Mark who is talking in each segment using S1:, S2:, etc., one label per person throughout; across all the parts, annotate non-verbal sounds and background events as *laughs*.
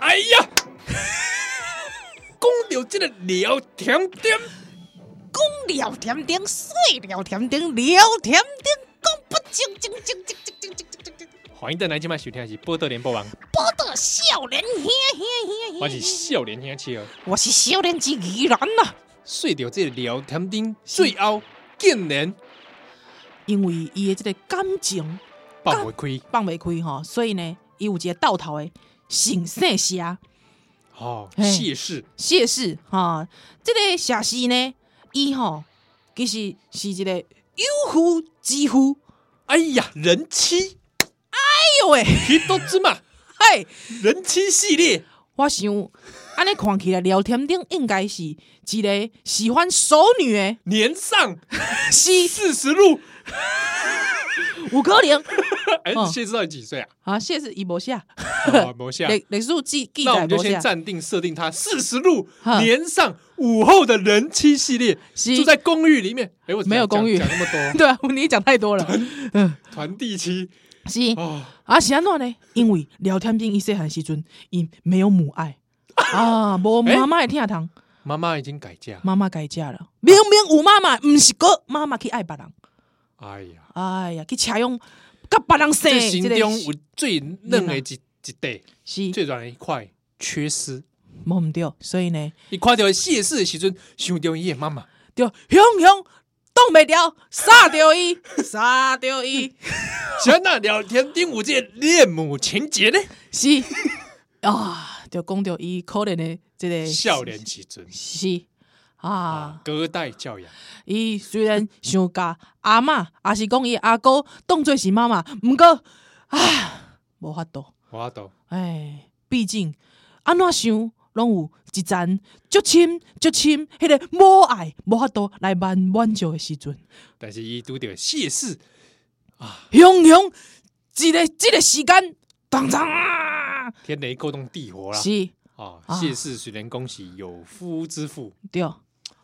S1: 哎呀， *laughs* 讲到这个聊天点，
S2: 讲聊天顶，水聊天顶，聊天顶，讲不精精精精精精精精精，
S1: 欢迎邓来今晚收听的是《波特联播网》，
S2: 报道少年兄兄
S1: 我
S2: 兄
S1: 是
S2: 兄，
S1: 少年兄妻儿。
S2: 我是少年之宜兰呐、
S1: 睡到这个聊天点，最后竟然
S2: 因为伊的这个感情
S1: 放不开，
S2: 放袂开吼，所以呢，伊有一个到头的性姓谢
S1: 哦，
S2: 嘿
S1: 谢氏
S2: 谢氏哈，这个谢氏呢，伊吼其实是一个有夫之妇，
S1: 哎呀，人妻，
S2: 哎呦喂，
S1: 皮多芝 *laughs* 麻，
S2: 嘿。
S1: 人妻系列，
S2: 我想，安尼看起来聊天顶应该是一个喜欢熟女的，
S1: 年上
S2: 是
S1: 四十 *laughs* 路，
S2: 有可能
S1: *laughs* 哎
S2: 哦，
S1: 谢氏到底几 *laughs* 岁啊？
S2: 啊，谢氏伊无写，
S1: 哦，没下。
S2: 历历史记记
S1: 那我
S2: 载
S1: 们就
S2: 无
S1: 先
S2: 写，
S1: 暂定设定他四十路
S2: 哈
S1: 年上午后的人妻系列，
S2: 是
S1: 住在公寓里面。哎，我
S2: 没有
S1: 讲
S2: 公寓
S1: 讲讲那么多，
S2: *laughs* 对啊，你讲
S1: *laughs*
S2: 太多了，嗯，
S1: 团地妻
S2: 是
S1: 哦，
S2: 啊，是安怎呢？因为聊天顶伊细汉时阵，伊没有母
S1: *laughs*
S2: 爱啊，无妈妈的疼痛，
S1: 妈妈已经改嫁。
S2: 妈妈改嫁
S1: 啊
S2: 了，明明有妈妈，毋是个妈妈去爱别人，
S1: 哎呀，
S2: 哎呀，去采用甲别人生
S1: 这
S2: 的
S1: 心
S2: 这个嗯
S1: 中有最嫩的一一代，
S2: 是
S1: 最软的一块缺失。
S2: 嗯无毋对，所以呢。
S1: 你看到谢氏的时阵，想到伊的妈妈，
S2: 对，熊熊挡袂牢，杀掉伊，杀掉伊，
S1: 想那聊天第五届恋母情节呢？
S2: 是啊，就讲到伊可怜的这个
S1: 少年时阵
S2: 是
S1: 啊
S2: 哎啊，，
S1: 隔代教养，
S2: 伊虽然想甲阿嬷，也是讲伊阿姑当做是妈妈，毋过啊，无法度，
S1: 我都
S2: 哎，毕竟安怎想拢有一层足深足深，迄、个母爱无法度来挽挽救的时阵。
S1: 但是伊拄着谢氏，
S2: 熊熊，一个这个时间，当当啊！
S1: 天雷勾动地火啦。
S2: 是，
S1: 啊，
S2: 啊
S1: 谢氏虽然恭喜有夫之妇，
S2: 对，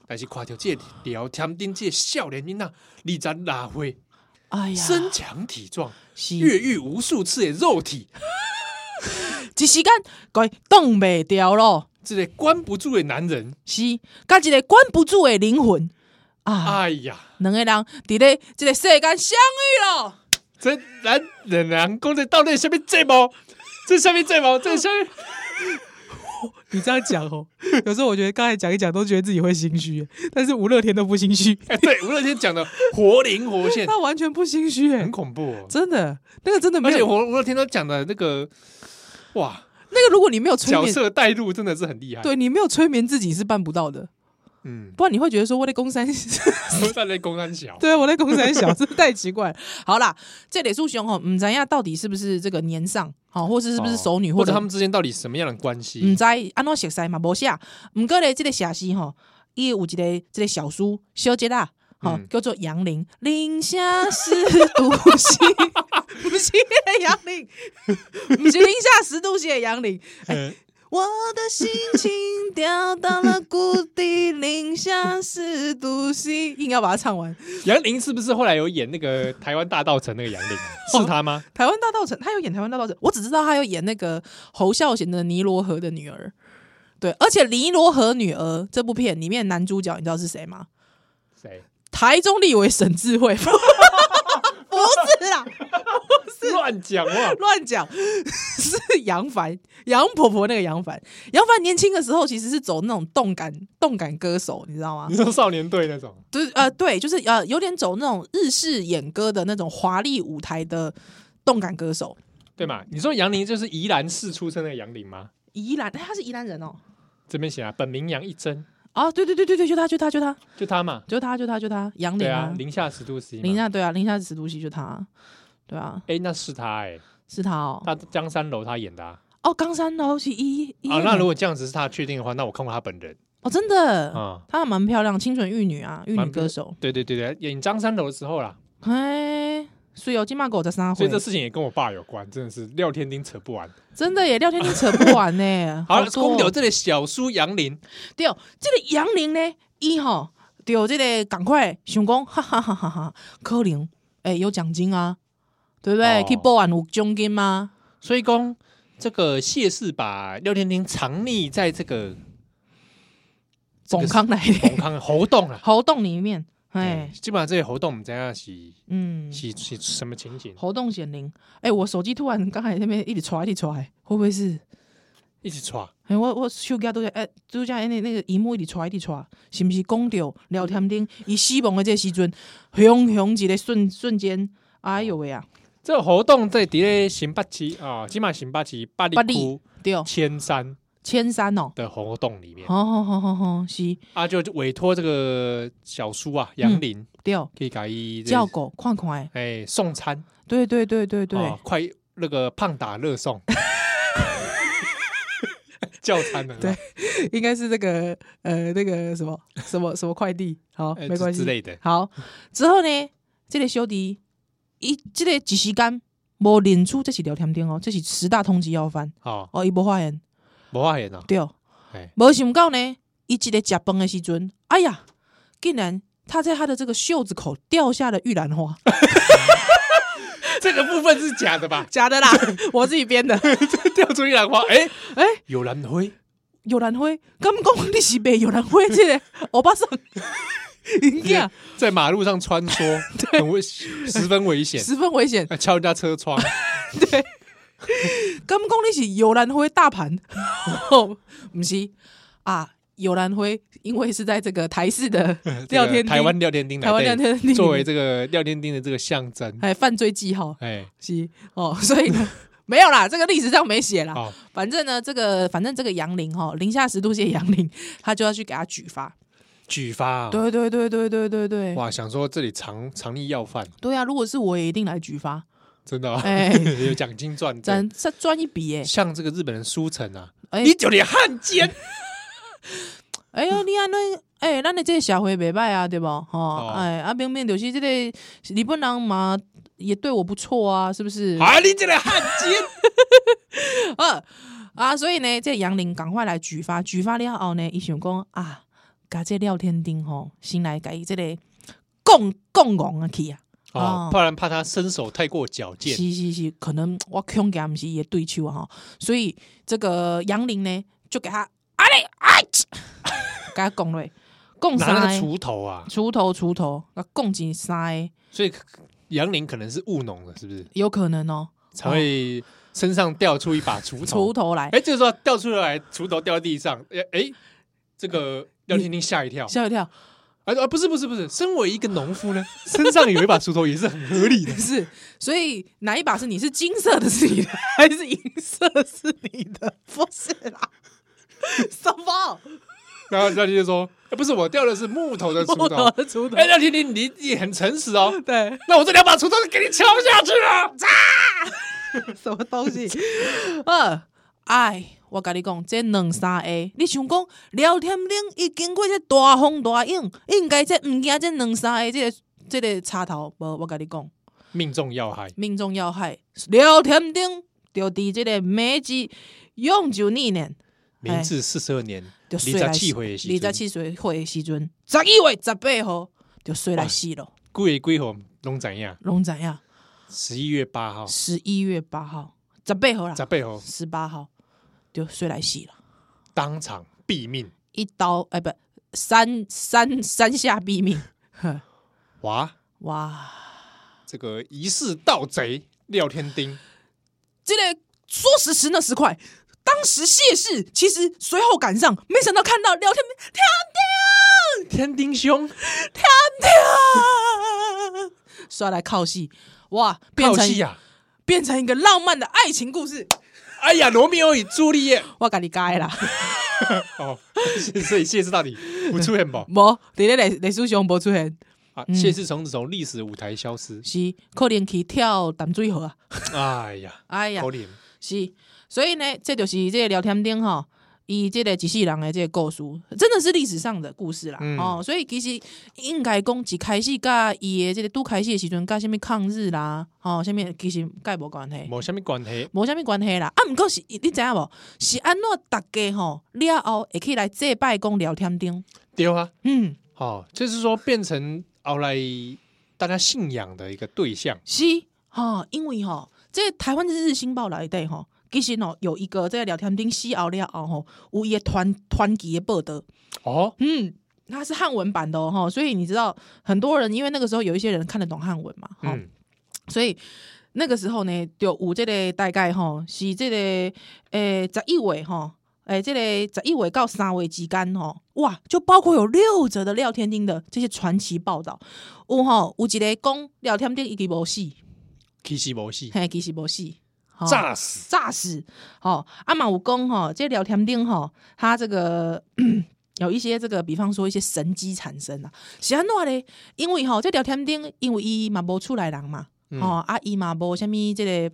S1: 但是看到这个聊天顶这个少年囡仔，你咱拉回
S2: 哎呀，
S1: 身强体壮，
S2: 是
S1: 越狱无数次的肉体，
S2: 一时间，该挡袂牢咯，
S1: 这个关不住的男人，
S2: 是，甲一个管不住的灵魂啊，
S1: 哎呀，
S2: 两个人伫咧即个世间相遇咯，
S1: 这男人人讲的到底下面这毛，这下面这毛，这下面 *laughs*
S3: 你这样讲哦，有时候我觉得刚才讲一讲都觉得自己会心虚，但是吴乐天都不心虚，
S1: 哎，对，吴乐天讲的活灵活
S2: *laughs*
S1: 现，
S3: 他完全不心虚哎
S1: 很，恐怖、哦，
S3: 真的，那个真的
S1: 而
S3: 没
S1: 且
S3: 有，
S1: 我吴乐天都讲的那个，哇，
S3: 那个如果你没有催
S1: 角
S3: 眠，
S1: 色带入真的是很厉害，，
S3: 对你没有催眠自己是办不到的，
S1: 嗯， *laughs*
S3: 不然你会觉得说我在公山，
S1: 站在公安小，
S3: *laughs* 对我在公山小，这太奇怪了。好啦，这李树雄哦，唔知呀到底是不是这个年上，好，或是是不是熟女，
S1: 哦或者
S3: 者
S1: 他们之间到底什么样的关系？
S3: 唔知安怎熟悉嘛，无写。毋过咧，即个写诗吼，伊有一个即个小书小姐啦，吼、
S1: 嗯
S3: 叫做杨林，林下十度西， *laughs* 不是那个杨林，不是林下十度西的杨林。
S1: 嗯
S3: 我的心情掉到了谷底，零下十度 C，硬要把它唱完。
S1: *laughs* 杨林是不是后来有演那个台湾大道城那个杨林啊？
S3: *laughs*
S1: 是他吗？
S3: 台湾大道城，他有演台湾大道城，我只知道他有演那个侯孝贤的《尼罗河的女儿》。对，而且《尼罗河女儿》这部片里面男主角你知道是谁吗？
S1: 谁？
S3: 台中立委沈智慧， *laughs* 不是啦，！
S1: 乱讲话
S3: *laughs* 乱讲，是杨凡，杨婆婆那个杨凡。杨凡年轻的时候其实是走那种动感动感歌手，你知道吗
S1: 你？说少年队那种
S3: 就是呃，对，就是呃，有点走那种日式演歌的那种华丽舞台的动感歌手。
S1: 对
S3: 嗯
S1: 嘛？你说杨林就是宜兰市出生的杨林吗？
S3: 宜兰，哎他是宜兰人哦。
S1: 这边写啊，本名杨一真，
S3: 啊，对对对对对，就他，就他，就他，
S1: 就他嘛。
S3: 就他，就他，就他，杨
S1: 对
S3: 林
S1: 啊，零下十度 C 嘛。
S3: 林夏，对啊，林夏史都西就他，对啊，
S1: 哎，那是他哎，
S3: 是他哦。
S1: 他江山楼他演的啊。
S3: 哦，冈山楼是一一
S1: 啊，那如
S3: 楼
S1: 果这样子是他确定的话，那我看过他本人
S3: 哦，真的，
S1: 啊。
S3: 她还蛮漂亮，清纯玉女啊，玉
S1: 蛮
S3: 女
S1: 漂
S3: 歌手。
S1: 对对对对，演张三楼的时候啦，
S3: 哎，所以有金马狗在三
S1: 所
S3: 回
S1: 以，这事情也跟我爸有关，真的是廖天丁扯不完。。
S3: 真的耶，聊天你扯不完呢
S1: *laughs* 好，
S3: 多
S1: 公有这里小叔杨林，
S3: 对，这个杨玲呢，伊吼对这个赶快想讲，哈哈哈哈哈，可能欸哎有奖金啊，对不对？
S1: 哦
S3: 去报案有奖金吗？
S1: 所以讲，这个谢氏把廖天丁藏匿在这个
S2: 总康来
S3: *laughs*
S1: 红
S2: 的
S1: 康猴洞了。
S2: 猴洞里面，
S1: *laughs* 哎
S2: 哎，，
S1: 啊基本上这些猴洞我们怎样洗
S2: 嗯，
S1: 洗洗什么情形？
S2: 猴洞显灵。哎，我手机突然刚才那边一直传一直传，会不会是？
S1: 一起抓
S2: 哎，我我手机都在哎，都在那那个荧幕一直传一直传，是不是讲着聊天顶伊死亡的这个时阵，熊熊一个瞬瞬间，哎呦喂啊，
S1: 这个猴洞在伫咧新北市啊，起码新北市八
S2: 八
S1: 里
S2: 里
S1: 区
S2: 对，
S1: 千山
S2: 千山哦，
S1: 的猴洞里面
S2: 好好好好好，是
S1: 啊，就就委托这个小叔啊杨林
S2: 对，
S1: 可以改一
S2: 叫狗看看诶，
S1: 哎送餐，
S2: 对对对对对，
S1: 啊快那个胖打热 *laughs* 送叫餐的
S3: 对应该是这个呃那个什么什么什么快递，好
S1: 哎
S3: 没关
S1: 之
S3: 系。？
S1: 类的，
S2: 好，之后呢，这个小弟伊这个一时间无认出这是聊天钉哦，这是十大通缉要犯
S1: 哦，
S2: 哦，伊无发现
S1: 无法
S2: *laughs*
S1: 现啊，
S2: 对，哦
S1: 哎
S2: 无想到呢，伊这个食饭的时阵，哎呀，竟然他在他的这个袖子口掉下了玉兰花，
S1: 这个部分是假的吧
S3: 假的啦，我自己编的。
S1: *laughs* 掉出一兰花，哎
S2: 哎
S1: 有蓝灰，
S2: 玉兰花，敢讲你是卖玉兰花这个欧巴桑， *laughs* 你呀，
S1: 在马路上穿梭，很危十分危
S2: *laughs*
S1: 险，
S2: 十分危险，
S1: 啊敲人家车窗，
S2: 敢讲你是游兰辉大盘， *laughs* 不是啊？游兰辉因为是在这个台式
S1: *laughs*
S2: 的
S1: 这个
S2: 廖天
S1: 台湾廖天丁来
S2: 台湾
S1: 对
S2: 廖天丁
S1: 作为这个廖天丁的这个象征，
S2: 哎犯罪记号
S1: 哎，
S2: 是哦，所以呢
S1: *laughs*
S2: 没有啦，这个历史上没写啦。
S1: 好，
S2: 反正呢，这个反正这个杨林哈，零下十度线杨林，他就要去给他举发。
S1: 举发哦，
S2: 对对对对对对对，
S1: 哇，想说这里藏藏匿要犯，
S2: 对啊，如果是我也一定来举
S1: *laughs*
S2: 发，
S1: 真的哦，
S2: 哎
S1: 有奖金赚，
S2: 咱再赚一笔耶。
S1: 像这个日本人书城啊，
S2: 哎
S1: 你就连汉奸，
S2: 哎
S1: *laughs*
S2: 呦，你安尼，哎、咱的这个社会袂歹啊，对不？吼、
S1: 哦
S2: 哎，啊，明明就是这个日本人嘛，也对我不错啊，是不是？
S1: 啊，你就连汉奸，
S2: 啊啊，所以呢，这个杨林赶快来举发，举发了后呢，伊想讲啊，甲这廖天丁吼，先来甲伊这个共共戆啊去啊，
S1: 哦，
S2: 哦
S1: 不然怕他身手太过矫健，
S2: 是是是，可能我恐惊毋是伊的对手啊吼，所以这个杨林呢，就给他啊嘞啊， *laughs* 甲他讲落，讲
S1: 拿那
S2: 啥
S1: 个
S2: 呢？
S1: 锄头啊，
S2: 锄头锄头，啊，共进三个。
S1: 所以杨林可能是务农的，是不是？
S2: 有可能哦，
S1: 才会身上掉出一把锄
S2: 锄
S1: 头。
S2: 头来
S1: 哎、这个时候掉出来，锄头掉地上，哎、哎、这个廖天丁吓一跳，
S2: 吓一跳，。
S1: 哎、啊，不是不是不是，身为一个农夫呢，身上有一把锄头也是很合理的
S2: 是，所以哪一把是你是金色的是你的， *laughs* 还是银色是你的？不是啦， *laughs* 什么
S1: *laughs* 然后廖天丁就说、哎不是我掉的是木头的锄
S2: 木头
S1: 头。
S2: *laughs* 的锄头
S1: 哎、？廖天丁，你你很诚实哦，
S2: 对，
S1: 那我这两把锄头给你敲下去啊 *laughs* 了。
S2: 什么东 *laughs* 西？呃，哎，我跟你讲，这两三个，你想讲聊天顶伊经过这大风大影，应该这毋惊这两三个这个这个插头，无我跟你讲。
S1: 命中要害，
S2: 命中要害，聊天顶就伫即个美籍永久历年，
S1: 明治四十二年，
S2: 就
S1: 离
S2: 睡
S1: 家
S2: 来
S1: 气回的时
S2: 二十
S1: 阵，
S2: 七岁岁的时阵，十一月十八号就睡来死咯，
S1: 故意归红拢怎样？
S2: 拢知影。
S1: 十一月八号，
S2: 十一月八号，十八号啦
S1: 十，背后
S2: 十八号就睡来死了，
S1: 当场毙命。
S2: 一刀哎不三三三下
S1: *laughs*
S2: 毙命，呵
S1: 哇，
S2: 哇！
S1: 这个疑似盗贼廖天丁，
S2: 这个说时迟那时快，当时谢氏其实随后赶上，没想到看到聊天天顶。
S1: *laughs* 天丁 *laughs* 兄
S2: 天天，啊 *laughs* 刷来靠戏，哇，变
S1: 靠
S2: 成、
S1: 戏啊呀、
S2: 变成一个浪漫的爱情故事，
S1: 哎呀，罗密欧与朱丽叶
S2: 我跟你改啦，
S1: 哦， *laughs* 所以谢氏到底不出现吧？
S2: 无伫咧历历史上无出现，
S1: 啊，谢氏从此从历史舞台消失。
S2: 是可能去跳淡水河啊，
S1: 哎呀，
S2: 哎呀
S1: 可，怜，
S2: 是，所以呢，这就是这个聊天钉吼。以这个一世人的这个故事，真的是历史上的故事啦。
S1: 嗯
S2: 哦，所以其实应该讲一开始甲伊的这个拄开始的时阵，甲什么抗日啦，哦，什么其实概无关系。
S1: 没什么关系。
S2: 无虾米关系啦。啊，毋过是你知影无？是安怎大家吼了后会去来祭拜讲聊天顶？
S1: 对啊，
S2: 嗯，
S1: 哦，就是说变成后来大家信仰的一个对象。
S2: 是吼、因为吼、这个台湾的日日新报内底吼，其实哦，有一个这个聊天钉西熬了熬吼，有一个团团级的报道，
S1: 哦，
S2: 嗯，它是汉文版的哦，吼所以你知道很多人因为那个时候有一些人看得懂汉文嘛，吼、
S1: 嗯，
S2: 所以那个时候呢，就有这个大概吼是这个诶十一月吼。诶，这个十一月到三月之间吼，哇，就包括有六则的廖天丁的这些传奇报道，有吼有一个讲廖天丁已经无死，
S1: 其实无戏，
S2: 嘿，其实无死，吼
S1: 炸死，
S2: 炸死！哦，阿嘛有讲吼，这聊天钉吼，他这个有一些这个，比方说一些神机产生啊，是安怎咧？因为吼、这聊天钉因为伊嘛无出来人嘛，
S1: 嗯
S2: 哦，啊伊嘛无虾米这个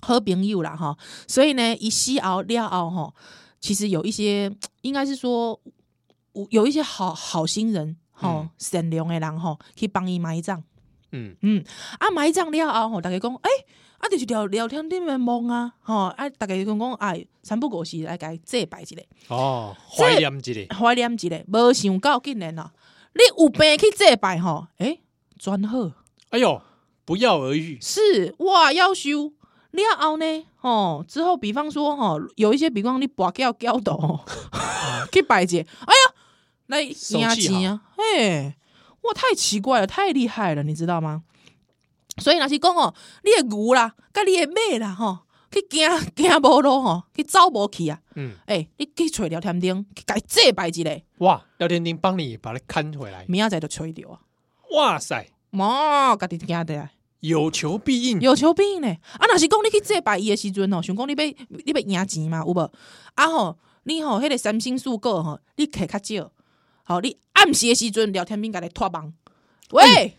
S2: 好朋友啦吼、所以呢，伊死后了后吼，其实有一些应该是说有有一些好好心人吼、
S1: 嗯
S2: 善良的人吼、去帮伊埋葬。
S1: 嗯，
S2: 啊，埋葬了后吼，大家讲，诶、啊，就是聊聊天顶面梦啊，吼，啊，大家讲讲，哎，三不五时来甲伊祭拜一下，
S1: 哦，怀念一个，
S2: 怀念一下，无想到竟然啊，你有病去祭拜吼，诶、转好
S1: 哎呦，不药而愈，
S2: 是哇，夭寿了后呢，吼、之后比方说吼、有一些比方你跋筊筊倒吼，去拜一下，哎呀，来
S1: 手
S2: 赢
S1: 气
S2: 钱啊，嘿，哇，太奇怪了，太厉害了，你知道吗？所以若是讲吼，你的牛啦，甲你的马啦，吼，去行行无路吼，去走无去啊，
S1: 嗯，
S2: 诶、你去找聊天钉，去甲伊祭拜一下，
S1: 哇，廖天丁帮你把它看回来，
S2: 明仔载就吹着啊，
S1: 哇塞，
S2: 妈，家己惊的来。
S1: 有求必应，
S2: *laughs* 有求必应呢。啊，若是讲你去祭拜伊的时阵吼，想讲你要你要赢钱嘛，有无？啊吼，你吼迄、个三星素果吼，你摕较少。吼，你暗时的时阵聊天兵甲你拖网，
S1: 哎
S2: 喂，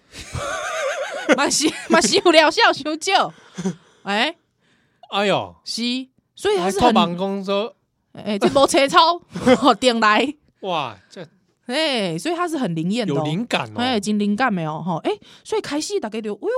S2: *laughs* 嘛、是嘛是有疗效伤少， *laughs* 哎、
S1: 哎呦，
S2: 是，所以他
S1: 还
S2: 是
S1: 托
S2: 很
S1: 忙工说，
S2: 哎、这无切操， *laughs* 吼顶来，
S1: 哇，这
S2: 哎、所以他是很灵验的、
S1: 有
S2: 哦。
S1: 灵感
S2: 哎、
S1: 哦，
S2: 真灵感没有吼，哎、所以开始大家就，哎呦，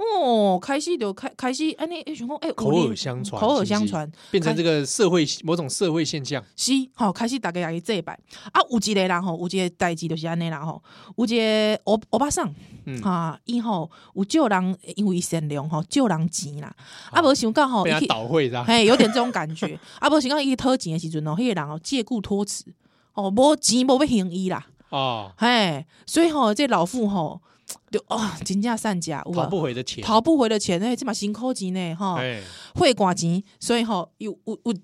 S2: 哦，开始就开开始，安尼哎想讲，哎、有
S1: 口
S2: 灵
S1: 耳相传
S2: 口耳
S1: 是不
S2: 相
S1: 是
S2: 传
S1: 变成这个社会某种社会现象，
S2: 是吼、开始大家来祭拜啊，有一个人吼，有一个代志就是安尼啦吼，有一个欧欧巴桑
S1: 嗯，
S2: 啊，伊吼有借人，因为伊善良吼，借人钱啦，啊，
S1: 啊
S2: 无想到吼，
S1: 被
S2: 伊
S1: 他
S2: 去
S1: 倒会的，
S2: 嘿，有点这种感觉。啊，无想到伊去讨钱的时阵哦，迄个人哦借故托辞，哦，无钱无要行伊啦，
S1: 哦，
S2: 嘿，所以吼、这老妇吼，就哦，真正善假，有无
S1: 讨不回的钱，
S2: 讨不回的钱，哎，这嘛辛苦钱呢，吼，
S1: 哎，
S2: 会寡钱，所以吼，有有有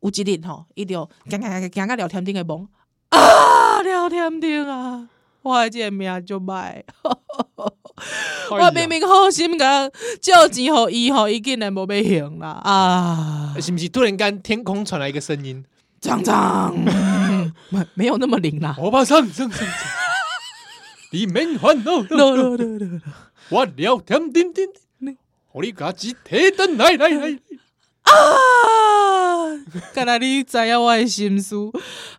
S2: 有一日吼，伊就行行行行到聊天顶的梦啊，聊天顶啊，我的这个命就歹，我明明好心甲借钱互伊吼，伊竟然无要行啦啊 *laughs*
S1: 哎，，是不是突然间天空传来一个声音，
S2: 张张，没没有那么
S1: *laughs*
S2: 灵啦，
S1: 欧巴桑，上上上你免烦恼，
S2: 咯咯咯咯咯，
S1: 我聊天叮叮
S2: 你，
S1: 我你家己提灯来来来，
S2: 啊！敢若你知影我的心思。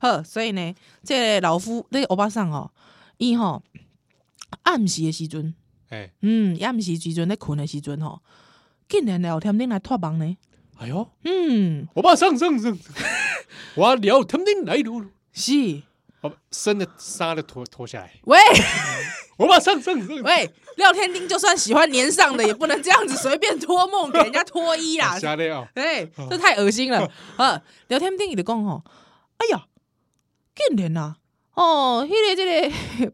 S2: 好，所以呢，这个老夫，这个欧巴桑哦，伊吼、暗时的时阵，
S1: 哎，
S2: 嗯，伊暗时的时阵咧困的时阵吼、竟然聊天顶来托梦呢。
S1: 哎呦，
S2: 嗯，
S1: 欧巴桑，上上上我聊天叮来噜噜，
S2: 是，
S1: 我生的纱的脱脱下来，
S2: 喂 *laughs*
S1: 欧巴桑，上上上，
S2: 喂，廖天丁就算喜欢年上的，也不能这样子随便托梦给人家脱衣啦。
S1: 吓的哦，
S2: 哎，这太恶心了。啊，聊天顶伊就讲吼，哎呀，竟然啊，哦，迄、个这个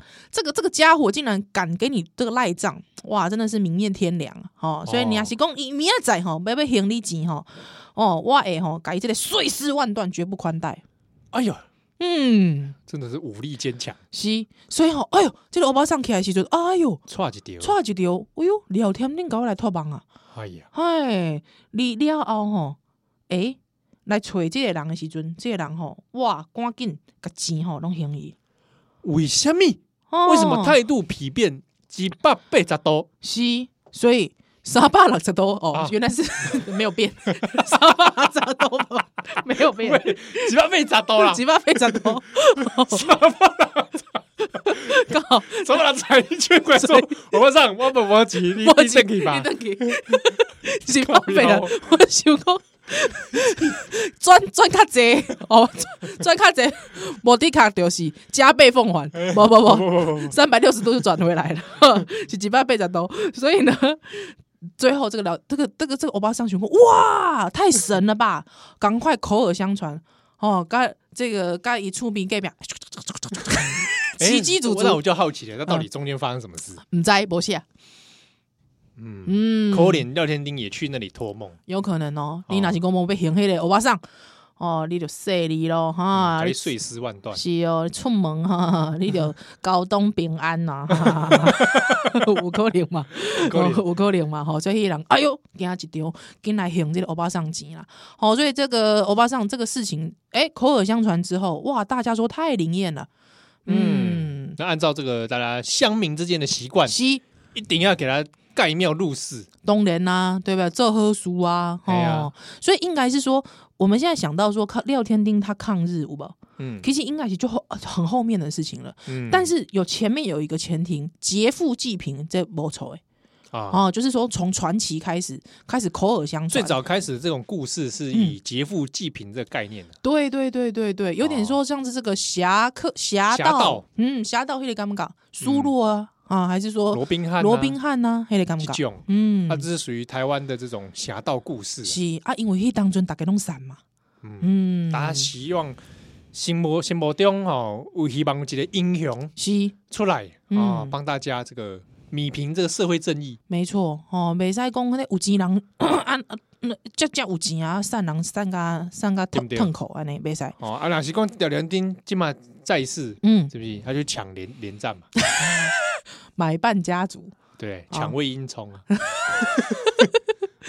S2: *laughs* 这个这个家伙竟然敢给你这个赖账，哇，真的是明艳天良啊！哦，所以你
S1: 哦
S2: 也是讲，伊明仔载吼，要要行你钱吼，哦，我会吼，改这个碎尸万段，绝不宽待。
S1: 哎呦，
S2: 嗯，
S1: 真的是武力坚强，
S2: 是，所以吼，哎呦，这个欧巴上起来的时阵，哎呦，
S1: 差一丢，
S2: 错一条，哎呦，聊天顶甲我来托梦啊！
S1: 哎呀，
S2: 嗨，你了后吼，诶、来找即个人的时阵，即、个人吼，哇，赶紧甲钱吼拢还伊。
S1: 为什么？为
S2: 哦
S1: 什么态度疲变？几百八十度？
S2: 是？所以三百六十多哦，
S1: 啊
S2: 原
S1: *laughs*
S2: 来是没有变， *laughs* 三百六十多哦没有变，？
S1: 几百八十度啦
S2: 几百倍十多，刚好
S1: 怎么了？才一圈怪兽，我们上，我本我吉， *laughs* 你你正可以吧？
S2: 你
S1: *laughs*
S2: 去，是浪费了
S1: 靠腰。
S2: 我想讲，转转较济哦，转较济，莫迪卡就是加倍奉还，不不
S1: 不
S2: 不，
S1: 不不，
S2: *laughs* 三百六十度就转回来了，是几百倍十度。所以呢，最后这个聊这个这个这个欧巴上去问，哇，太神了吧！赶快口耳相传哦，该这个该一触鼻 gay 表，
S1: 哎
S2: 奇迹组织
S1: 那我就好奇了，那到底中间发生什么事？
S2: 唔知博戏，
S1: 嗯，
S2: 嗯，
S1: 可怜廖天丁也去那里托梦，
S2: 有可能哦，
S1: 哦
S2: 你若是讲梦被行黑的欧巴上，哦，你就说你咯哈，
S1: 还
S2: 啊你
S1: 碎尸万段。
S2: 是哦，出门哈， *laughs* 你就交通平安呐、哈 *laughs* 有可能嘛？哦
S1: 可能
S2: 有可能嘛？吼，所以迄人，哎哟，惊一跳，紧来行这个欧巴桑钱啦。好，所以这个欧巴桑这个事情，哎、口耳相传之后，哇，大家说太灵验了。嗯，
S1: 那按照这个大家乡民之间的习惯，
S2: 是
S1: 一定要给他盖庙入室。
S2: 当然啦、对吧？这喝书啊，
S1: 哎呀
S2: 哦，所以应该是说，我们现在想到说，抗廖天丁他抗日，有无？
S1: 嗯
S2: 其实应该是就后很后面的事情了。
S1: 嗯
S2: 但是有前面有一个前提，劫富济贫这没错哎，
S1: 啊，
S2: 哦，就是说从传奇开始，开始口耳相传。
S1: 最早开始这种故事是
S2: 嗯
S1: 以劫富济贫这个概念的。
S2: 对对对对对，有点说像是这个侠客侠
S1: 侠
S2: 盗，
S1: 盗
S2: 嗯，侠盗黑的敢不敢？苏洛啊、啊，还是说
S1: 罗宾汉啊，
S2: 罗宾汉呐、啊，黑的敢不
S1: 这
S2: 敢？
S1: 种，啊
S2: 嗯
S1: 它，这是属于台湾的这种侠盗故事。
S2: 是啊，因为迄当中大家拢散嘛，
S1: 嗯，
S2: 嗯，
S1: 大家希望心目心目中哦，有希望有一个英雄
S2: 是
S1: 出来啊
S2: 嗯，
S1: 帮大家这个米平这个社会正义。
S2: 没错哦，袂使讲那有钱人 *coughs* 啊，只只有钱啊，散人散甲散甲
S1: 对
S2: 痛
S1: 不对
S2: 痛口安尼袂使，
S1: 哦，啊，若是讲廖连丁今嘛在世，
S2: 嗯，
S1: 是不是？他去抢连连战嘛，
S2: 买办家族。
S1: 对，
S2: 哦
S1: 抢魏英冲
S2: *laughs*
S1: 啊，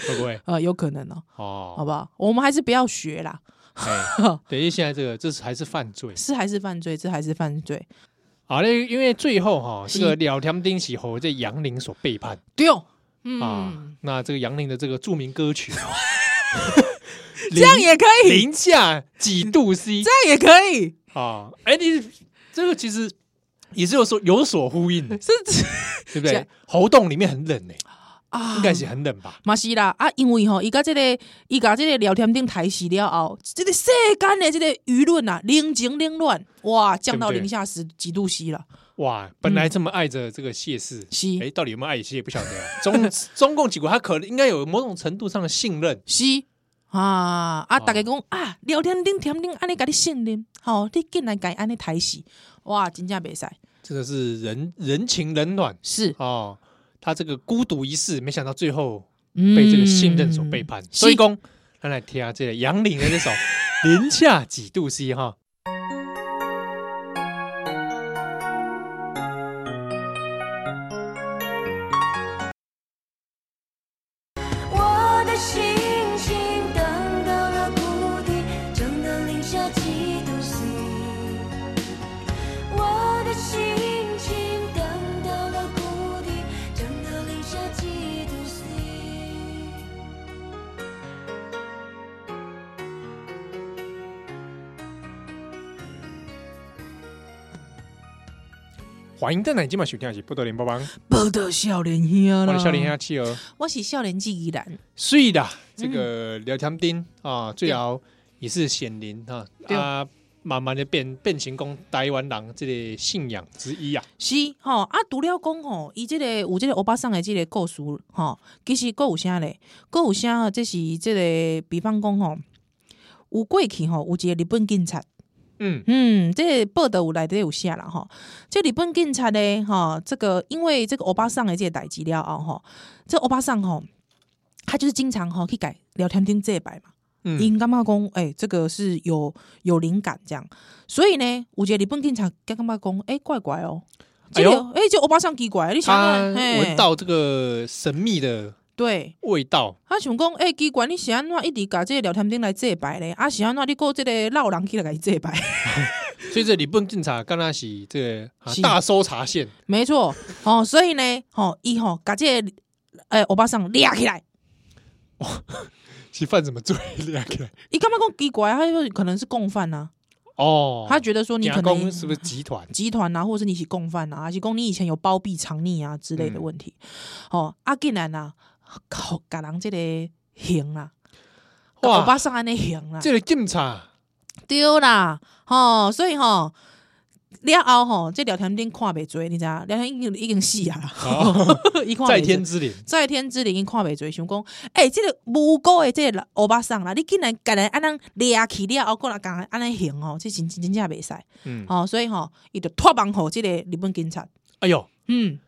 S1: 会不会？
S2: 呃，有可能哦，好
S1: 哦，
S2: 不好？我们还是不要学啦， *laughs*
S1: 哎，对，因为现在这个这是还是犯罪。
S2: 是还是犯罪，这还是犯罪。
S1: 好嘞，因为最后哈，这
S2: 是
S1: 个廖天丁喜和这杨林所背叛
S2: 对哦，嗯，
S1: 啊，那这个杨林的这个著名歌曲哦，
S2: *laughs* 这样也可以，
S1: 零下几度 C
S2: 这样也可以，
S1: 啊，哎，你这个其实也是有所有所呼应的， *laughs*
S2: *laughs* 是
S1: 对不
S2: 这
S1: 对
S2: 样？
S1: 喉洞里面很冷呢，欸
S2: 啊
S1: 应该是很冷吧？
S2: 嘛是啦啊，因为吼，伊甲这个伊甲这个聊天顶抬死了后，这个世间的这个舆论啊，冷情凌乱，哇，降到
S1: 对不对
S2: 零下十几度 C 了，
S1: 哇，本来这么爱着这个谢氏，
S2: 嗯是
S1: 哎、到底有没有爱，其实也不晓得、啊。 *laughs* 中中共几国，他可能应该有某种程度上的信任，
S2: 是啊啊，
S1: 哦
S2: 大家讲啊，聊天顶天顶安尼甲你信任，吼、你竟然甲伊安尼抬死，哇，真正袂使，
S1: 这个是人人情冷暖
S2: 是
S1: 哦。他这个孤独一世，没想到最后
S2: 被
S1: 被这个信任
S2: 嗯
S1: 所背叛。所以
S2: 是
S1: 公，咱来听这个杨林的这
S2: *laughs*
S1: 首《零下几度 C》哈。
S4: 我的星星等到了谷底，整整零下几度 C。我的星星等到了谷底，整整零下几度 C。
S1: 欢迎邓奶今晚收听的是《波多连帮帮》，
S2: 报道少年兄
S1: 我
S2: 啦，
S1: 的笑脸下企鹅。
S2: 我是少年纪依然，
S1: 所以啦，
S2: 嗯
S1: 这个聊天丁啊，最后也是显灵哈
S2: 对
S1: 啊，慢慢的变变成讲台湾人这个信仰之一啊。
S2: 是吼、啊，除了讲吼，伊即、个有即个欧巴桑的即个故事吼、其实佫有啥咧？佫有啥？这是即、个，比方讲吼，有过去吼，有一个日本警察，
S1: 嗯，
S2: 嗯，这个报道有内底有写啦吼，这日本警察咧吼，这个因为这个欧巴桑的这个代志了后吼，这欧巴桑吼，他就是经常吼去改聊天厅这摆嘛。
S1: 嗯，
S2: 因感觉讲，哎、这个是有有灵感这样，所以呢，有一个日本警察感觉讲，哎、怪怪哦、
S1: 哎
S2: 这
S1: 呦
S2: 个哎、这欧巴桑奇怪，你想
S1: 他
S2: 看，啊嘿
S1: 闻到这个神秘的
S2: 对，
S1: 味道， *laughs*
S2: 他想讲，哎、奇怪，你是安怎一直甲这个聊天钉来祭拜咧？啊，是安怎你过这个老人去来甲伊祭拜？
S1: 所以这日本警察刚那是这个啊
S2: 是
S1: 大搜查线，
S2: *laughs* 没错，哦，所以呢，哦，伊吼甲这个哎欧巴桑抓起来，
S1: 是犯什么罪？两个
S2: 伊感觉讲奇怪，他就可能是共犯呐、
S1: 哦，
S2: 他觉得说你可
S1: 假
S2: 能
S1: 公是不是集团？
S2: 集团啊，或者是你是共犯啊，还是讲你以前有包庇、藏匿啊之
S1: 嗯
S2: 类的问题。哦，啊，竟然啊，靠，甲人这个行啦，
S1: 哇
S2: 欧巴啊桑安尼行啦，
S1: 这个警察
S2: 对啦，哦，所以吼、了后吼，这聊天钉看袂追，你知影？聊天已经已经死啊 *laughs*
S1: 哦，
S2: 伊看
S1: 在
S2: 袂
S1: 天
S2: 追。
S1: 之灵，
S2: 在天之灵，伊看袂追，想讲，诶、欸，即、个无辜的即个欧巴桑啦，你竟然甲人安尼掠去了，后过来共安尼行吼，这真真真正袂使
S1: 嗯，
S2: 吼，所以吼、伊就托帮互即个日本警察，
S1: 哎呦，
S2: 嗯，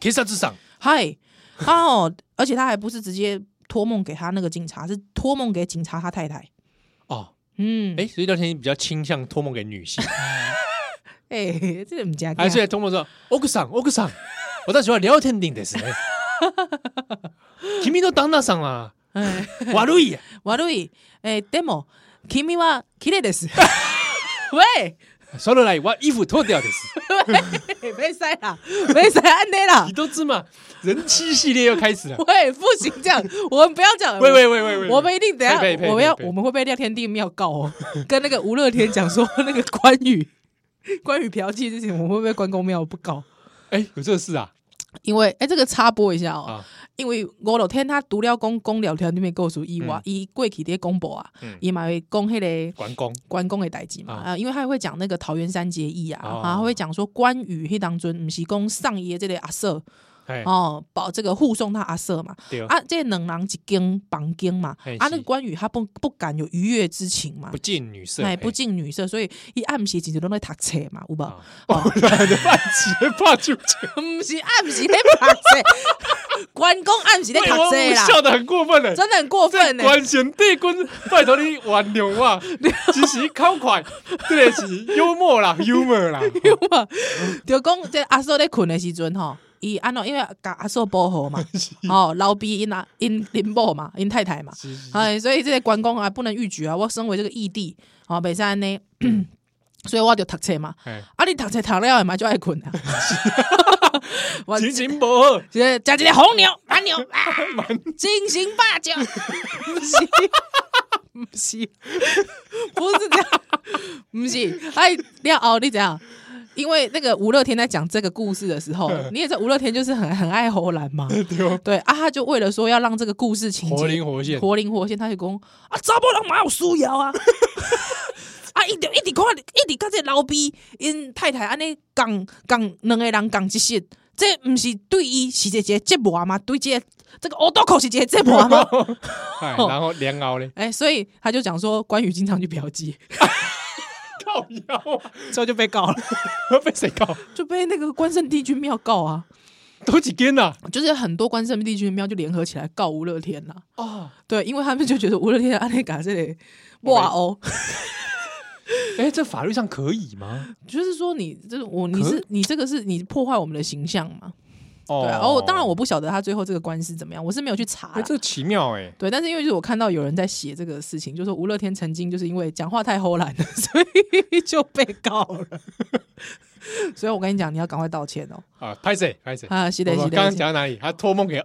S1: 天上之上，
S2: 嗨， *laughs* 他哦，而且他还不是直接托梦给他那个警察，是托梦给警察他太太，
S1: 哦，
S2: 嗯，
S1: 哎，所以廖天一比较倾向托梦给女性，
S2: 诶、欸，这个毋正
S1: 还是在托梦说奥克桑奥克桑，我倒喜欢聊天顶的是，君都当那上啦，
S2: 哎，
S1: 瓦路易，
S2: 悪い、えー、でも、君は綺麗です。 *laughs* 喂， *laughs*
S1: 说了来，我衣服脱掉的是。
S2: 没塞啦，没塞安内啦
S1: 你。都知嘛？人妻系列又开 *laughs* 始了。
S2: 喂，不行，这样我们不要讲。
S1: 喂喂喂喂喂，
S2: 我们一定等一
S1: 呸呸呸呸
S2: 下，我们要
S1: 呸
S2: 我们会被廖天帝庙告哦，跟那个吴乐天讲说 *laughs* 那个关羽关羽嫖妓的事情，我们会被关公庙不告？
S1: 哎，有这事啊？
S2: 因为哎、这个插播一下哦，
S1: 啊，
S2: 因为五六天他除了讲讲聊天里面告诉以外
S1: 嗯，
S2: 伊、过去伫公布啊
S1: 嗯，
S2: 伊嘛会讲迄个
S1: 关公
S2: 关公的代志嘛，
S1: 啊
S2: 啊，因为他也会讲那个桃园三结义啊，
S1: 哦
S2: 啊，他会讲说关羽迄当中，毋是讲上爷这个阿瑟
S1: 哎，
S2: 哦，保这个护送他阿瑟嘛，
S1: 对，
S2: 啊，这两人一间房间嘛，
S1: 嘿
S2: 啊，
S1: 是
S2: 那个关羽他不不敢有逾越之情嘛
S1: 不，近女色，*laughs*
S2: 哎，不近女色，所以伊暗时其实都在读册嘛，有无？
S1: 啊，我懒得犯结怕就这。
S2: 毋是暗时咧读册，
S1: *laughs*
S2: 关公暗时咧
S1: 对
S2: 读
S1: 我我
S2: 册
S1: 笑
S2: 啦，
S1: 得很过分嘞。
S2: 真的很过分呢、
S1: 关贤帝君，拜托你挽留啊！只是靠快，这个是幽默啦，humor 啦。
S2: 就讲这阿叔咧困的时阵吼，伊安怎因为甲阿叔保
S1: *laughs*
S2: 护嘛，哦，老毕因啊因因某嘛，因太太嘛，
S1: 嗯是是
S2: 哎，所以这个关公啊不能逾矩啊，我身为这个义弟，哦，北山呢，
S1: 嗯
S2: 所以我就读册嘛，
S1: 哎，
S2: 啊，你读册读了嘛就爱困
S1: *laughs*
S2: 啊，我
S1: 情情不 *laughs* 二，
S2: 这食一个红牛、蛮牛啊，精行霸角，不是，不是，不是这样，不是。哎，廖敖，你怎样？因为那个吴乐天在讲这个故事的时
S1: *laughs*
S2: 候，你也知道吴乐天就是很很爱侯兰嘛，
S1: 对哦，
S2: 对啊，他就为了说要让这个故事情节
S1: 活灵活现
S2: 活灵活现，他就讲啊，查某人嘛有需要啊，啊，一直一直看，一直跟这老逼因太太安尼讲讲两个人讲一些，这不是对伊是一个折磨吗？对这个这个欧多口是一个折磨
S1: *laughs*
S2: 吗？
S1: 哎，然后莲藕嘞，
S2: 哎、所以他就讲说，关羽经常去嫖妓，
S1: 靠腰啊，
S2: 之后就被告了，
S1: *laughs* 被谁告？
S2: 就被那个关圣帝君庙告啊，
S1: 多几根呐？
S2: 就是很多关圣帝君庙就联合起来告吴乐天啦、
S1: 哦，
S2: 对，因为他们就觉得吴乐天的安内嘎
S1: *laughs*
S2: 这里哇哦。
S1: 哎、这法律上可以吗？
S2: 就是说你这我你是你这个是你破坏我们的形象嘛？
S1: 哦
S2: 对啊，哦，当然我不晓得他最后这个官司怎么样，我是没有去查
S1: 哎、
S2: 啦。
S1: 这奇妙哎、
S2: 对，但是因为就是我看到有人在写这个事情，就说吴乐天曾经就是因为讲话太齁懒了， *laughs* 所以就被告了。 *laughs* 所以我跟你讲，你要赶快道歉哦。
S1: 啊，拍谁拍谁？
S2: 啊，是的，
S1: 我
S2: 是
S1: 们
S2: 的。
S1: 刚刚
S2: 是的
S1: 讲到哪里？他托梦给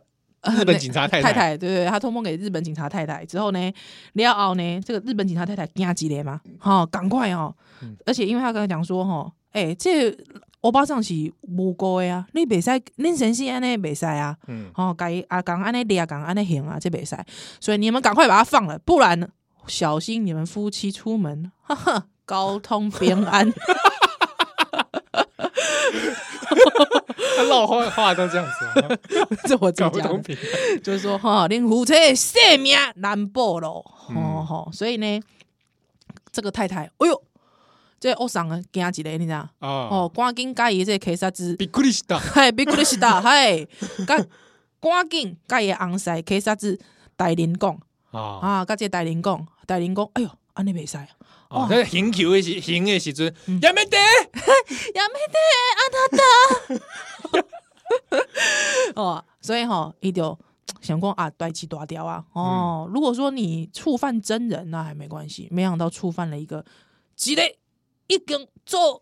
S1: 日本警察太
S2: 呃太
S1: 太，
S2: 太，对对，他托梦给日本警察太太之后呢，廖奥呢，这个日本警察太太惊急了嘛，哈、赶快哦，
S1: 嗯
S2: 而且因为他跟他讲说，哈、哎、这欧巴桑是无辜的啊，你袂使，恁先生安尼袂使啊，
S1: 嗯，
S2: 哦，该啊讲安尼掠，讲安尼行啊，这袂使，所以你们赶快把他放了，不然小心你们夫妻出门，哈哈，交通平安。 *laughs*
S1: 他绕话话都这样子、
S2: *laughs*
S1: 啊，
S2: 这
S1: 搞
S2: 我怎
S1: 不
S2: 么
S1: 懂
S2: 讲？
S1: 品。
S2: 就是说哈，恁夫妻的性命难保咯，
S1: 嗯
S2: 吼吼、所以呢，这个太太，哎呦，这欧桑啊，惊一个，你知道？
S1: 啊，
S2: 哦，赶紧甲伊这个警察子，
S1: びっくりした。
S2: 嗨，别过来是哒，嗨，甲赶紧甲伊的翁婿警察子大人讲
S1: 啊，
S2: 啊，甲这大人讲，大人讲，哎呦，安尼袂使，
S1: 哦，那行球的时行的时阵，
S2: 嗯
S1: やめて，
S2: 也没得啊他的。 *laughs* 哦，所以吼、伊就想讲啊，大起大条啊。哦，
S1: 嗯
S2: 如果说你触犯真人，啊那还没关系。没想到触犯了一个，一个已经做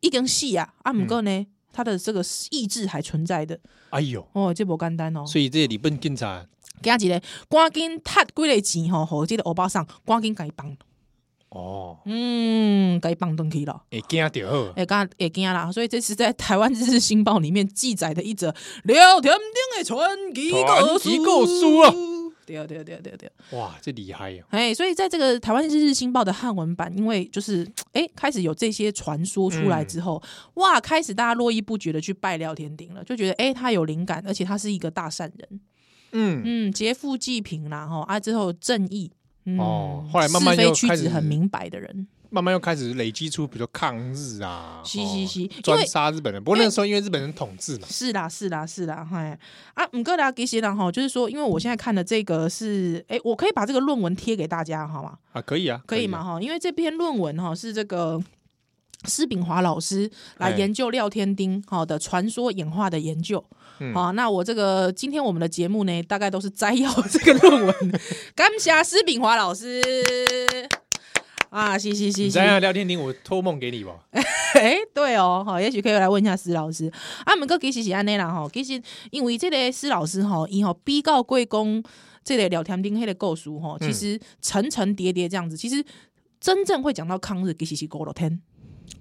S2: 已经死啊，啊，
S1: 嗯
S2: 毋过呢，他的这个意志还存在的。
S1: 哎呦，
S2: 哦，这无简单哦。
S1: 所以这日本警察，
S2: 今一个赶紧趁几个钱吼，互即个欧巴桑赶紧甲伊放，
S1: 哦，
S2: 嗯，甲伊放转去了。
S1: 会惊就好。
S2: 会敢会惊啦，所以这是在台湾《日日新报》里面记载的一则聊天顶的传奇
S1: 传
S2: 故
S1: 奇
S2: 事。
S1: 故事啊
S2: 对，对对对对对。
S1: 哇，这厉害哦呀！
S2: 哎，所以在这个台湾《日日新报》的汉文版，因为就是哎开始有这些传说出来之后，哇，开始大家络绎不绝的去拜廖天丁了，就觉得哎他有灵感，而且他是一个大善人，
S1: 嗯，
S2: 嗯，劫富济贫啦，哈啊之后正义，嗯、
S1: 哦后来慢慢
S2: 是非
S1: 又
S2: 曲
S1: 开
S2: 直
S1: 始
S2: 很明白的人，
S1: 慢慢又开始累积出，比如说抗日啊，
S2: 是
S1: 哦
S2: 是是因为
S1: 专杀日本人。不过那时候因为日本人统治嘛，
S2: 是啦，是啦，是啦，嗨啊，五哥啦，给写啦哈，就是说，因为我现在看的这个是，哎，我可以把这个论文贴给大家好吗？
S1: 啊，可以啊，
S2: 可以
S1: 啊
S2: 吗？？哈，因为这篇论文哈是这个施炳华老师来
S1: 哎
S2: 研究廖天丁好的传说演化的研究。
S1: 嗯
S2: 好，那我这个今天我们的节目呢，大概都是摘要这个论文。 *laughs* 感谢施炳华老师啊，是是是
S1: 你
S2: 是。
S1: 在那聊天厅，我托梦给你吧。
S2: *laughs* 哎、对哦，好，也许可以来问一下施老师。啊，们哥其实是安尼啦吼，其实因为这个施老师吼，伊吼比告贵公这个聊天钉黑的构书吼，
S1: 嗯
S2: 其实层层叠叠这样子，其实真正会讲到抗日，其实是勾乐天。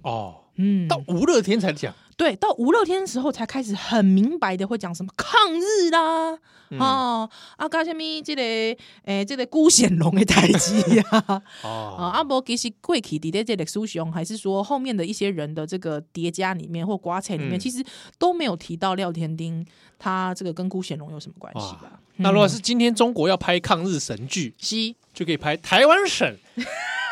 S1: 哦，
S2: 嗯，
S1: 到吴乐天才讲，
S2: 对，到吴乐天的时候才开始很明白的会讲什么抗日啦，
S1: 嗯
S2: 哦，啊，加什么这个诶、这个辜显龙的代志呀。啊，
S1: 哦，
S2: 阿伯其实贵体底在这里苏雄，还是说后面的一些人的这个叠加里面或刮彩里面，
S1: 嗯
S2: 其实都没有提到廖天丁他这个跟辜显荣有什么关系
S1: 哇
S2: 吧？
S1: 那如果是今天中国要拍抗日神剧，
S2: 西，
S1: 就可以拍台湾
S2: *laughs*
S1: 省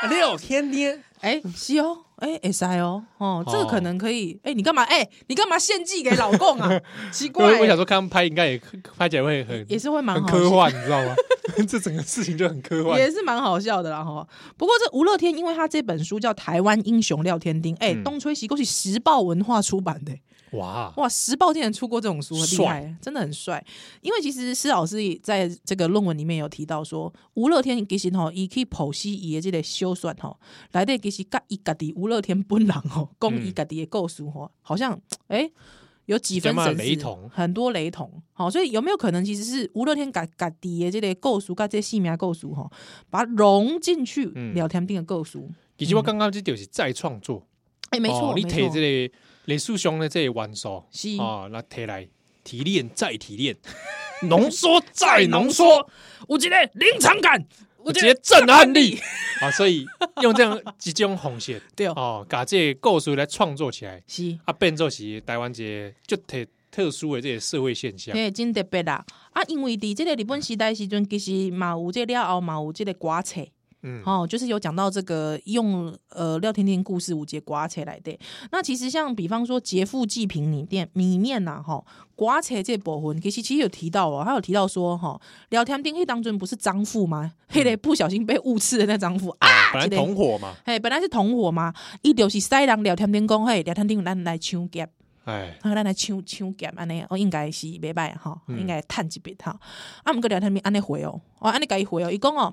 S1: 廖天丁。
S2: 哎、西哦，哎、欸，塞哦，哦，这个可能可以，哎、你干嘛？哎、你干嘛献祭给老
S1: *laughs*
S2: 公啊？奇
S1: 因
S2: 怪、
S1: 为我想说，看他们拍应该也拍起来会很
S2: 也是会蛮
S1: 很
S2: 好
S1: 科
S2: 笑
S1: 幻，你知道吗？ *laughs* 这整个事情就很科幻。
S2: 也是蛮好笑的啦哈。不过这吴乐天，因为他这本书叫《台湾英雄廖天丁》，哎、
S1: 嗯
S2: 东吹西勾是时报文化出版的、
S1: 哇，
S2: 哇，时报竟然出过这种书，很厉
S1: 帅
S2: 害，真的很帅。因为其实施老师也在这个论文里面有提到说，吴乐天其实吼，伊去剖析伊的这个修算吼，来的其实甲伊家己吴乐天本人吼，讲
S1: 嗯
S2: 伊家己的构思吼，好像诶、有几分
S1: 比较
S2: 神似
S1: 雷同
S2: 很多雷同。好，所以有没有可能其实是吴乐天家家己的这个构思，甲这个戏名构思吼，把它融进去
S1: 嗯
S2: 聊天定的构思。
S1: 其实我刚刚这就是再创作，
S2: 诶、没错、
S1: 哦你
S2: 没
S1: 提
S2: 错，
S1: 这个雷叔兄的这个元素，
S2: 是
S1: 啊，那提来提炼再提炼， *laughs* 浓缩再浓缩，
S2: 我觉得临场感，
S1: 我
S2: 我
S1: 直
S2: 觉
S1: 接
S2: 得
S1: 震撼力啊！所以用这样几种红线，
S2: *laughs* 对哦
S1: 哦，把这个故事来创作起来，
S2: 是。
S1: 啊，变作是台湾这就特特殊的这个社会现象，
S2: 嘿，真特别啦！啊，因为伫这个日本时代时阵，其实嘛有这了后嘛有这个歌册，
S1: 嗯，
S2: 哦，就是有讲到这个用呃廖天天故事五节歌册来的。那其实像比方说劫富济贫里面里面呐、吼歌册这部分其实其实有提到哦，他有提到说哈、吼廖天丁迄当中不是张富吗？迄、个不小心被误刺的那张富啊，
S1: 啊本来
S2: 这个
S1: 同伙嘛，
S2: 嘿，本来是同伙嘛，伊就是西人廖天丁讲，嘿，廖天丁咱来抢劫。
S1: 哎，
S2: 啊，咱来抢抢劫安尼，哦，应该是袂歹吼，
S1: 嗯
S2: 应该趁一笔吼。啊，毋过聊天面安尼回哦，哦，安尼甲伊回哦，伊讲哦，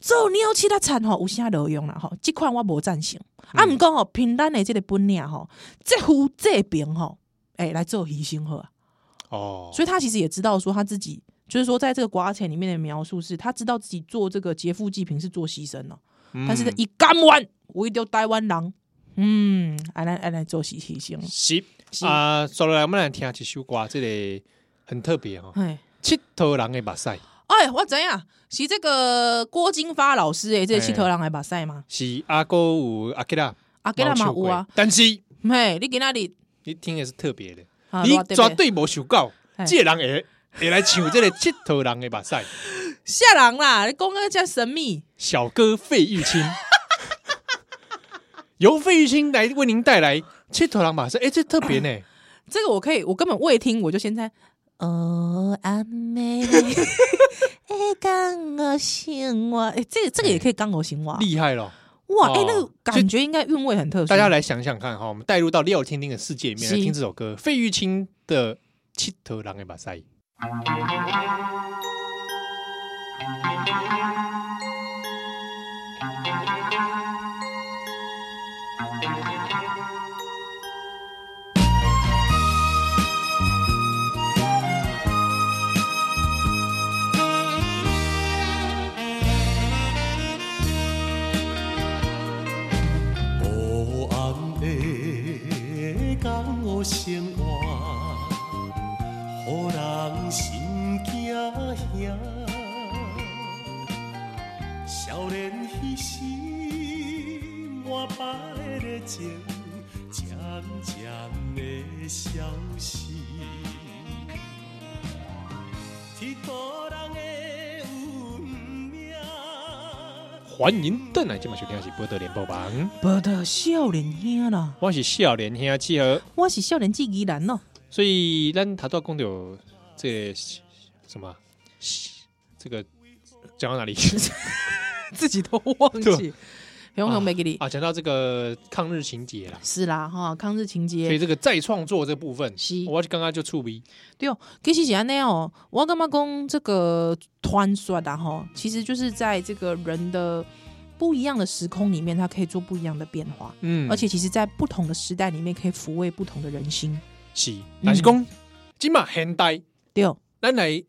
S2: 做鸟鼠仔田吼，有啥路用啦吼，即款我无赞成。
S1: 嗯
S2: 啊，毋过吼，凭咱的即个本领吼，这副这边吼，诶、来做牺牲好啊。
S1: 哦，
S2: 所以他其实也知道说他自己，就是说在这个瓜钱里面的描述是，他知道自己做这个劫富济贫是做牺牲了，
S1: 以
S2: 但是伊甘愿为着台湾人，嗯，安尼安尼做牺牺牲，
S1: 是
S2: 是
S1: 啊，所以我们来听一首歌，这个很特别哦，
S2: 哎。
S1: 七头人的目屎
S2: 哎，我知影是这个郭金发老师诶，这个七头人来把赛嘛，
S1: 是阿哥有阿吉拉，
S2: 啊，给他嘛
S1: 冇
S2: 有啊
S1: 唱过，，但是
S2: 嘿，你给那里，
S1: 你听的是特别的，
S2: 啊
S1: 你
S2: 偌特别
S1: 绝对无想到，
S2: 嘿
S1: 这个人会会来唱这个七头人的目屎。
S2: 吓人啦！你讲个遮神秘，
S1: 小哥费玉
S2: *laughs*
S1: 清，由费玉清来为您带来《七头狼马赛》，哎，这特别呢，
S2: 这个我可以，我根本未听，我就先猜。哦，阿妹，哎，刚我醒我，哎， *laughs* 这个这个也可以刚我醒我，
S1: 厉害了！
S2: 哇，哎
S1: 哎哦，
S2: 那个感觉应该韵味很特殊。
S1: 大家来想想看哈，我们带入到廖天丁的世界里面来
S2: 是
S1: 听这首歌，费玉清的《七头狼的马赛》。
S5: 黑暗的江湖生活，予人心惊惶。情渐渐的消失。铁道人的运命，
S1: 欢迎邓来，今晚收听的是《波德联播榜》，
S2: 不得少年兄啦，
S1: 我是少年兄七和，
S2: 我是少年纪依然咯，
S1: 所以咱头到讲到这个什么，啊这个讲
S2: *laughs*
S1: 到哪里
S2: 自己都忘
S1: 对
S2: *laughs* 记。熊熊
S1: 啊
S2: 没给你，
S1: 啊？讲到这个抗日情节啦，
S2: 是啦哈，抗日情
S1: 所以
S2: 节
S1: 这个再创作这部分，
S2: 是
S1: 我刚刚就触鼻，
S2: 对哦，其实是安尼哦，我感觉讲这个传说啊哈，其实就是在这个人的不一样的时空里面，它可以做不一样的变化，
S1: 嗯，
S2: 而且其实，在不同的时代里面，可以抚慰不同的人心。
S1: 是，
S2: 嗯
S1: 但是讲今嘛现代，
S2: 对哦，
S1: 咱来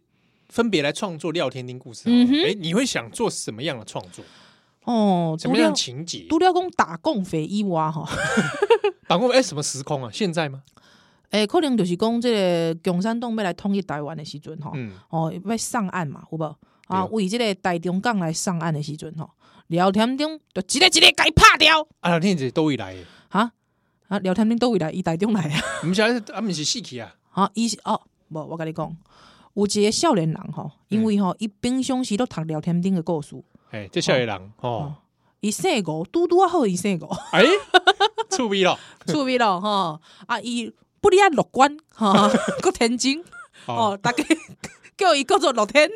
S1: 分别来创作廖天丁故事好了。
S2: 嗯哼
S1: 哎、你会想做什么样的创作？
S2: 哦，
S1: 什么样的情节？
S2: 都了讲打共匪以外吼，
S1: 打工哎，什么时空啊？现在吗？
S2: 诶、可能就是讲即个共产党要来统一台湾的时阵吼，
S1: 嗯，
S2: 哦，要上岸嘛，有无？
S1: 对
S2: 啊，
S1: 哦
S2: 为即个台中港来上岸的时阵吼，聊天中就一个一个甲伊拍掉
S1: 啊，廖天丁都会来的，
S2: 啊啊，聊天中都会来伊台中来啊，
S1: 不是啊，啊，不是死去啊，
S2: 啊，伊是哦，无我甲你讲，有一个少年人吼，因为吼伊平常时都读聊天中的故事，
S1: 哎、这少年人哦
S2: 哦，伊姓吴，拄拄啊好伊姓 *laughs* 吴。
S1: 哎、触鼻了，
S2: 趣味咯吼，啊伊不哩啊乐观吼，个天真
S1: 哦，
S2: 哦，大家叫伊叫做乐天，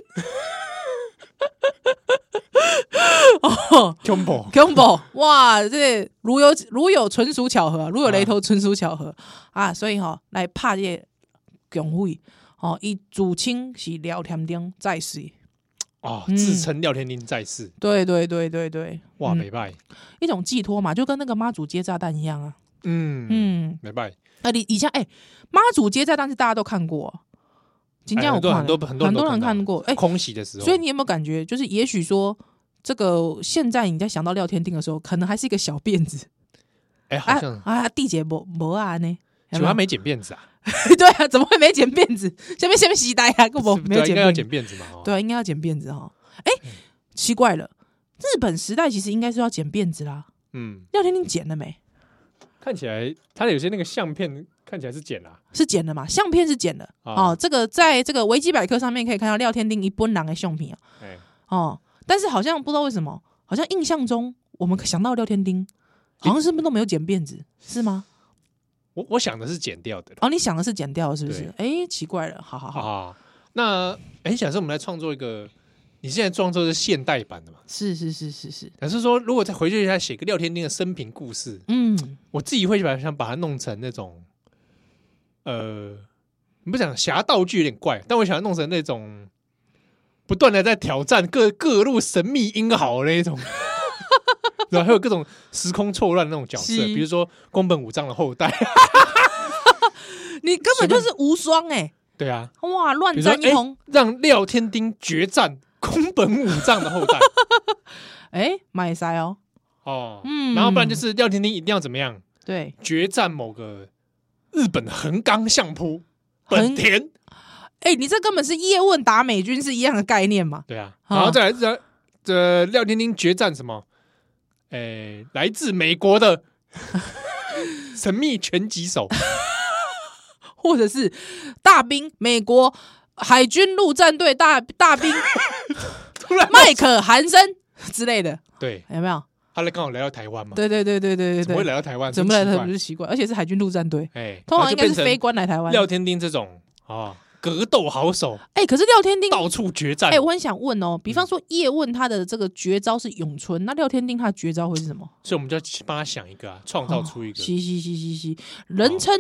S2: 哦，
S1: 恐怖，
S2: *laughs* 恐怖哇，这如有如有纯属巧合，如有雷同纯属巧合啊，所以吼、来拍这个共匪哦，伊自称是聊天钉在世，
S1: 哦，
S2: 嗯
S1: 自称廖天丁在世，
S2: 对对对对对，
S1: 哇，
S2: 嗯
S1: 没拜，
S2: 一种寄托嘛，就跟那个妈祖接炸弹一样啊，
S1: 嗯嗯，
S2: 嗯。
S1: 没拜，
S2: 那你以前哎，妈祖街炸弹是大家都看过，今
S1: 哎
S2: 天我
S1: 很多
S2: 看
S1: 很多
S2: 了
S1: 很
S2: 很
S1: 多人都看
S2: 人
S1: 到嗯
S2: 看过，哎，
S1: 空袭的时候，
S2: 所以你有没有感觉，就是也许说这个现在你在想到廖天定的时候，可能还是一个小辫子，
S1: 哎、
S2: 啊
S1: 好像
S2: 啊，地姐没没啊呢。有
S1: 请问
S2: 没有
S1: 他没剪辫子啊，
S2: *laughs* 对啊，怎么会没剪辫子？下面下面洗带啊，根本
S1: 是不对
S2: 没
S1: 啊
S2: 有
S1: 应
S2: 剪
S1: 该要
S2: 辫
S1: 剪嗯
S2: 子。
S1: 辫子嘛，哦，
S2: 对啊，应该要剪辫子哈。哎，奇怪了，日本时代其实应该是要剪辫子啦。
S1: 嗯，
S2: 廖天定剪了没？
S1: 看起来他有些那个相片看起来是剪啊啦、
S2: 是剪的嘛？相片是剪的
S1: 啊
S2: 哦。这个在这个维基百科上面可以看到廖天定一本人的相片啊。
S1: 哎、
S2: 哦，但是好像不知道为什么，好像印象中我们想到廖天丁，好像是不是都没有剪辫子，是吗？
S1: 我我想的是剪掉的啦。
S2: 哦，你想的是剪掉是不是？哎，奇怪了，好好好，
S1: 啊，那哎，假设我们来创作一个，你现在创作是现代版的嘛？
S2: 是是是是是，
S1: 假设说，如果再回去一下写个廖天丁的生平故事，
S2: 嗯，
S1: 我自己会把想把它弄成那种，呃，你不讲侠道具有点怪，但我想要弄成那种不断的在挑战各各路神秘英豪的那一种。 *laughs* 然后还有各种时空错乱的那种角色，
S2: 是
S1: 比如说宫本武藏的后代， *laughs*
S2: 你根本就是无双哎、
S1: 对啊，
S2: 哇，
S1: 比
S2: 乱
S1: 如说
S2: 战一通
S1: 哎，让廖天丁决战宫本武藏的后
S2: *laughs*
S1: 代，
S2: 哎，买塞哦，
S1: 哦，
S2: 嗯
S1: 然后不然就是廖天丁一定要怎么样
S2: 对，
S1: 决战某个日本的横冈相扑本
S2: 横
S1: 田，
S2: 哎，你这根本是叶问打美军是一样的概念嘛？
S1: 对啊，
S2: 好
S1: 然后再来这这廖天丁决战什么？诶，来自美国
S2: *laughs*
S1: 的神秘拳击手，
S2: 或者是大兵美国海军陆战队大大兵
S1: *laughs* 突然
S2: 麦克韩森之类的，
S1: 对，
S2: 有没有？
S1: 他来刚好来到台湾嘛，
S2: 对对对对对对
S1: 怎么
S2: 对
S1: 会。来到台湾？
S2: 怎么来
S1: 真奇
S2: 的
S1: 怪
S2: 不是奇怪，而且是海军陆战队，
S1: 哎，
S2: 通
S1: 然后就
S2: 常应该是
S1: 变成
S2: 飞官来台湾。
S1: 廖天丁这种啊格斗好手，
S2: 哎、可是廖天丁，
S1: 到处决战
S2: 哎、。我很想问哦，比方说叶问他的这个绝招是咏
S1: 嗯
S2: 春，那廖天丁他的绝招会是什么？
S1: 所以我们就要去帮他想一个啊，创造出一个哦
S2: 嘻嘻嘻嘻嘻，人称、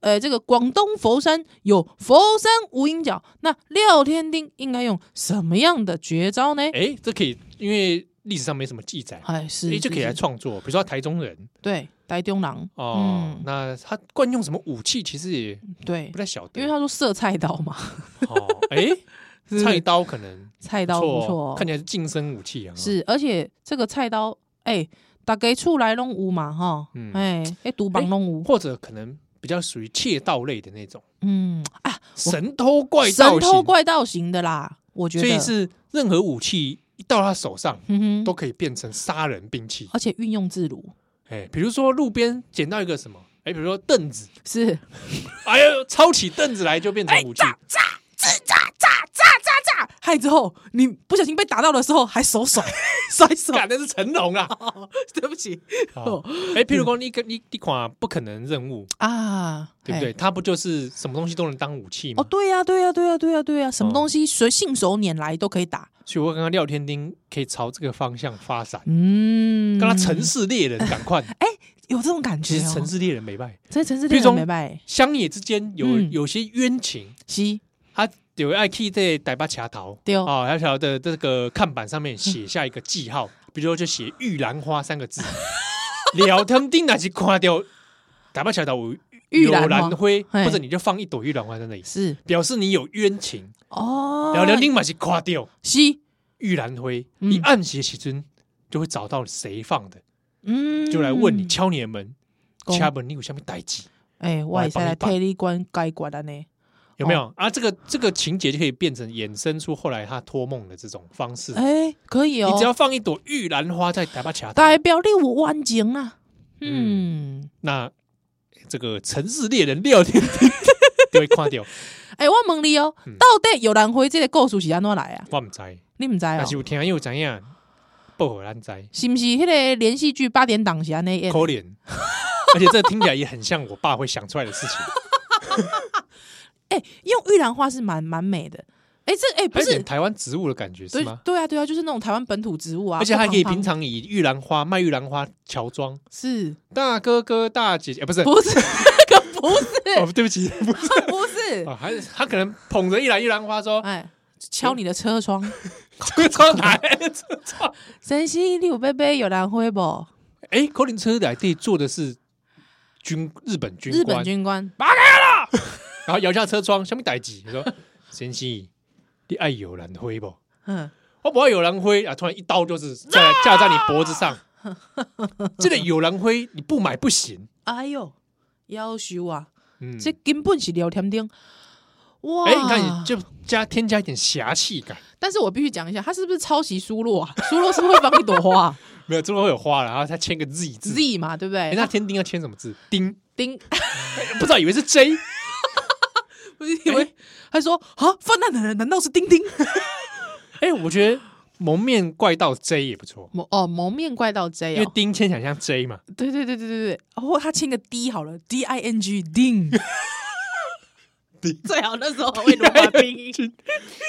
S2: 呃这个广东佛山有佛山无影脚，那廖天丁应该用什么样的绝招呢？
S1: 哎、这可以，因为历史上没什么记载，
S2: 哎，是
S1: 所以
S2: 是
S1: 就可以来
S2: 是
S1: 创作。比如说他台中人
S2: 对呆丢狼
S1: 哦，
S2: 嗯
S1: 那他惯用什么武器，其实也
S2: 对
S1: 不，太晓得。
S2: 因为他说射菜刀嘛，
S1: *laughs* 哦，哎、
S2: 是不是
S1: 菜刀可能
S2: 菜
S1: 不
S2: 刀
S1: 错
S2: 不错
S1: 哦，
S2: 哦，
S1: 看起来是近身武器啊。，
S2: 是，而且这个菜刀，哎、大家厝内拢有嘛，吼，
S1: 嗯
S2: 哎、哎，厨房拢有，
S1: 或者可能比较属于窃盗类的那种
S2: 嗯啊，
S1: 神偷怪盗
S2: 神
S1: 型，
S2: 偷怪盗型的啦，我觉
S1: 所
S2: 得
S1: 以，是任何武器一到他手上
S2: 嗯哼，
S1: 都可以变成杀人兵器。
S2: 而且运用自如，
S1: 哎，比如说路边捡到一个什么，哎，比如说凳子，
S2: 是
S1: 哎呦，抄起凳子来就变成武器，
S2: 炸自炸炸炸炸炸，害之后你不小心被打到的时候还
S1: *laughs*
S2: 手甩甩手，
S1: 干那是成龙啊！
S2: 哦 *laughs* 对不起哦
S1: 好哎，譬如说你你你款不可能任务，
S2: 啊，
S1: 对不对？它不就是什么东西都能当武器
S2: 哦，
S1: 吗？
S2: 对呀、对呀、对呀、对呀、对呀、什么
S1: 嗯哦
S2: 东西随信手拈来都可以打。
S1: 所以我刚刚廖天丁可以朝这个方向发展，
S2: 嗯，哎
S1: 跟他城市猎人赶快。
S2: 有这种感觉、
S1: 其
S2: 哦。
S1: 实城市猎人没败，
S2: 在城市
S1: 比
S2: 猎
S1: 如说
S2: 人没败，
S1: 乡野之间有
S2: 嗯
S1: 有些冤情，
S2: 是
S1: 他有爱去在台巴卡头，
S2: 对哦
S1: 啊，他晓得这个看板上面写下一个记号，比如说就写玉兰花三个字， *laughs* 聊天定那是看到台巴卡头有
S2: 玉
S1: 有
S2: 兰花
S1: 兰灰，
S2: 嘿
S1: 或者你就放一朵玉兰花在那里，
S2: 是
S1: 表示你有冤情。
S2: 哦，
S1: 聊天定嘛是看到
S2: 是
S1: 玉兰灰，
S2: 嗯
S1: 你暗邪起尊就会找到谁放的，
S2: 嗯，
S1: 就来问你，敲你的门，
S2: 讲
S1: 敲门你有下面代志。
S2: 哎、
S1: 我
S2: 我
S1: 来
S2: 也是
S1: 帮你
S2: 来
S1: 办
S2: 替你关解决的呢。
S1: 有没有、
S2: 哦
S1: 啊？这个这个情节就可以变成衍生出后来他托梦的这种方式。
S2: 哎、可以哦，
S1: 你只要放一朵玉兰花在台巴卡头，
S2: 代表你有完整啊。嗯，
S1: 那这个城市猎人廖天丁就会看掉。
S2: 哎、我问你哦，
S1: 嗯
S2: 到底有人回这个故事是安怎来啊？
S1: 我唔知，
S2: 你唔知哦
S1: 但是？有听又怎样？不荷咱知，
S2: 是不是迄个连续剧八点档是安尼演
S1: 可
S2: 的？
S1: 怜。而且这听起来也很像我爸会想出来的事情，
S2: 哎、用玉兰花是蛮蛮美的。哎、这哎、不
S1: 还有点
S2: 是，
S1: 台湾植物的感觉是
S2: 对
S1: 吗？
S2: 对啊对啊，就是那种台湾本土植物啊，
S1: 而且还可以
S2: 胖
S1: 平
S2: 胖
S1: 常以玉兰花卖玉兰花乔装，
S2: 是
S1: 大哥哥大姐姐，啊、不是
S2: 不是 *laughs* 那个不是
S1: *laughs* 哦，对不起，不是
S2: 不是
S1: 哦，还是他可能捧着一篮玉兰花 *laughs* 说，
S2: 哎，敲你的
S1: *laughs*
S2: 车窗，
S1: 这个窗台， *laughs* 这个窗
S2: 神西你有贝贝有蓝灰不？
S1: 哎，口令车来地坐的是军日本军
S2: 日
S1: 官
S2: 本，军官，
S1: 然后摇下车窗，下面逮鸡，你说 *laughs* 先生，你爱有兰灰不？
S2: 嗯，
S1: 我不爱有兰灰啊！突然一刀就是在架在你脖子上， *laughs* 这个有兰灰你不买不行。
S2: 哎呦，要求啊，
S1: 嗯，
S2: 这根本是聊天钉。哇！
S1: 哎，你看你就加添加一点侠气感，
S2: 但是我必须讲一下，他是不是抄袭苏洛啊？苏洛是不是会放一朵花
S1: *laughs*
S2: 啊
S1: 没有，这边会有花了，然后他签个 Z 字。
S2: ？Z 嘛，对不对？
S1: 哎，那天丁要签什么字？丁，
S2: 丁 *laughs*
S1: 不知道以为是 J，
S2: 不是以为他说啊，犯难的人难道是
S1: *laughs*
S2: 丁丁？
S1: 哎，我觉得蒙面怪盗 J 也不错，
S2: 蒙哦，蒙面怪盗 J
S1: 因
S2: 哦
S1: 为，丁签起来像 J 嘛。
S2: 对对对对对对，哦，他签个 D 好了，D I N G
S1: *laughs*
S2: 丁。最好那时候会罗马拼音，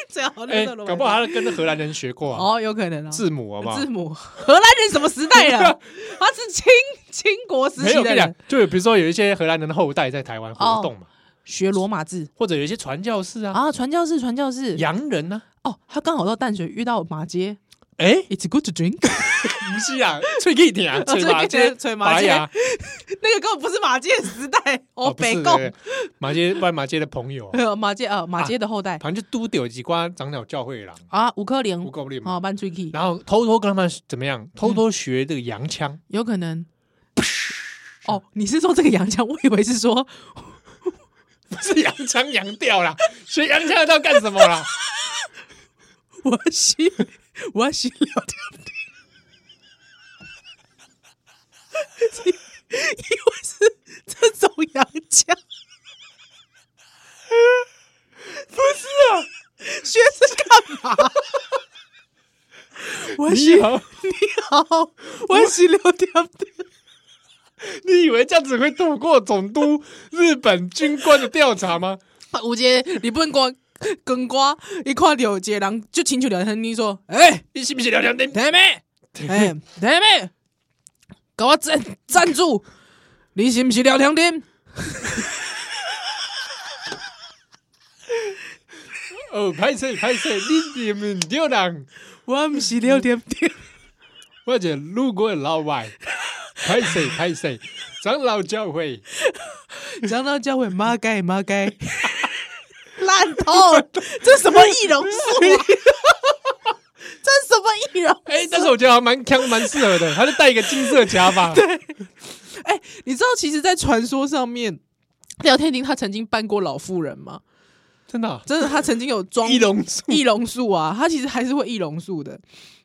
S2: 最好那
S1: 哎
S2: 时候，罗马
S1: 搞
S2: 拼音
S1: 不好他跟荷兰人学过啊，
S2: 哦，有可能啊，
S1: 字母好不好？
S2: 字母，荷兰人什么时代
S1: *laughs*
S2: 了？他是清清国时
S1: 没有
S2: 期
S1: 我跟你
S2: 的
S1: 讲
S2: 人，，哦
S1: 就有比如说有一些荷兰人的后代在台湾活动嘛，
S2: 学罗马字
S1: 或者有一些传教士啊、
S2: 啊，传教士，传教士，
S1: 洋人呢、
S2: 哦，他刚好到淡水遇到马街
S1: 啊，哎，
S2: ，It's good to drink，
S1: 不是啊，吹气点啊，吹马街，
S2: 吹马
S1: 拔
S2: 街
S1: 牙，
S2: *laughs* 那个根本不是马街的时代，哦，
S1: 哦，不
S2: 北
S1: 是
S2: 贡，
S1: 对马街，不然马街的朋友啊，
S2: 呃马街啊，马街的后代
S1: 反正就都丢几瓜长鸟教会狼，
S2: 啊，五颗零
S1: 不，够力
S2: 哦，
S1: 嘛，
S2: 班追 key，
S1: 然后偷偷跟他们怎么样，偷偷学这个洋腔， *laughs*
S2: 有可能。哦，你是说这个洋枪？我以为是说
S1: 不是洋腔洋调啦，学洋腔调干什么啦？
S2: 我洗，我洗聊天钉，以为是这种洋枪，不是啊，学生干嘛？我洗
S1: 你，好，
S2: 好，我洗聊天钉，
S1: 你以为这样子会躲过总督日本军官的调查吗？
S2: 有一个日本光光瓜，一看到有一个人就请求聊天钉说：“哎、欸，
S1: 你是不是聊天钉？
S2: 台妹，哎，台妹，给我赞赞助，你是不是聊天钉？
S1: *laughs* 哦，拍摄拍摄，你你们丢人，
S2: 我不是聊天钉，
S1: 或者路过的老 *laughs* 外，拍摄拍摄，长老教会，
S2: 长老教会妈该妈该，烂透了，这什么易容术、啊？这什么易容？
S1: 哎、但是我觉得还蛮强蛮适合的，他就戴一个金色假发， *laughs* 对，
S2: 哎、你知道其实，在传说上面，廖天丁他曾经扮过老妇人吗？
S1: 真的啊
S2: 真的，他曾经有装
S1: 易容术，
S2: 易容术啊，他其实还是会易容术的，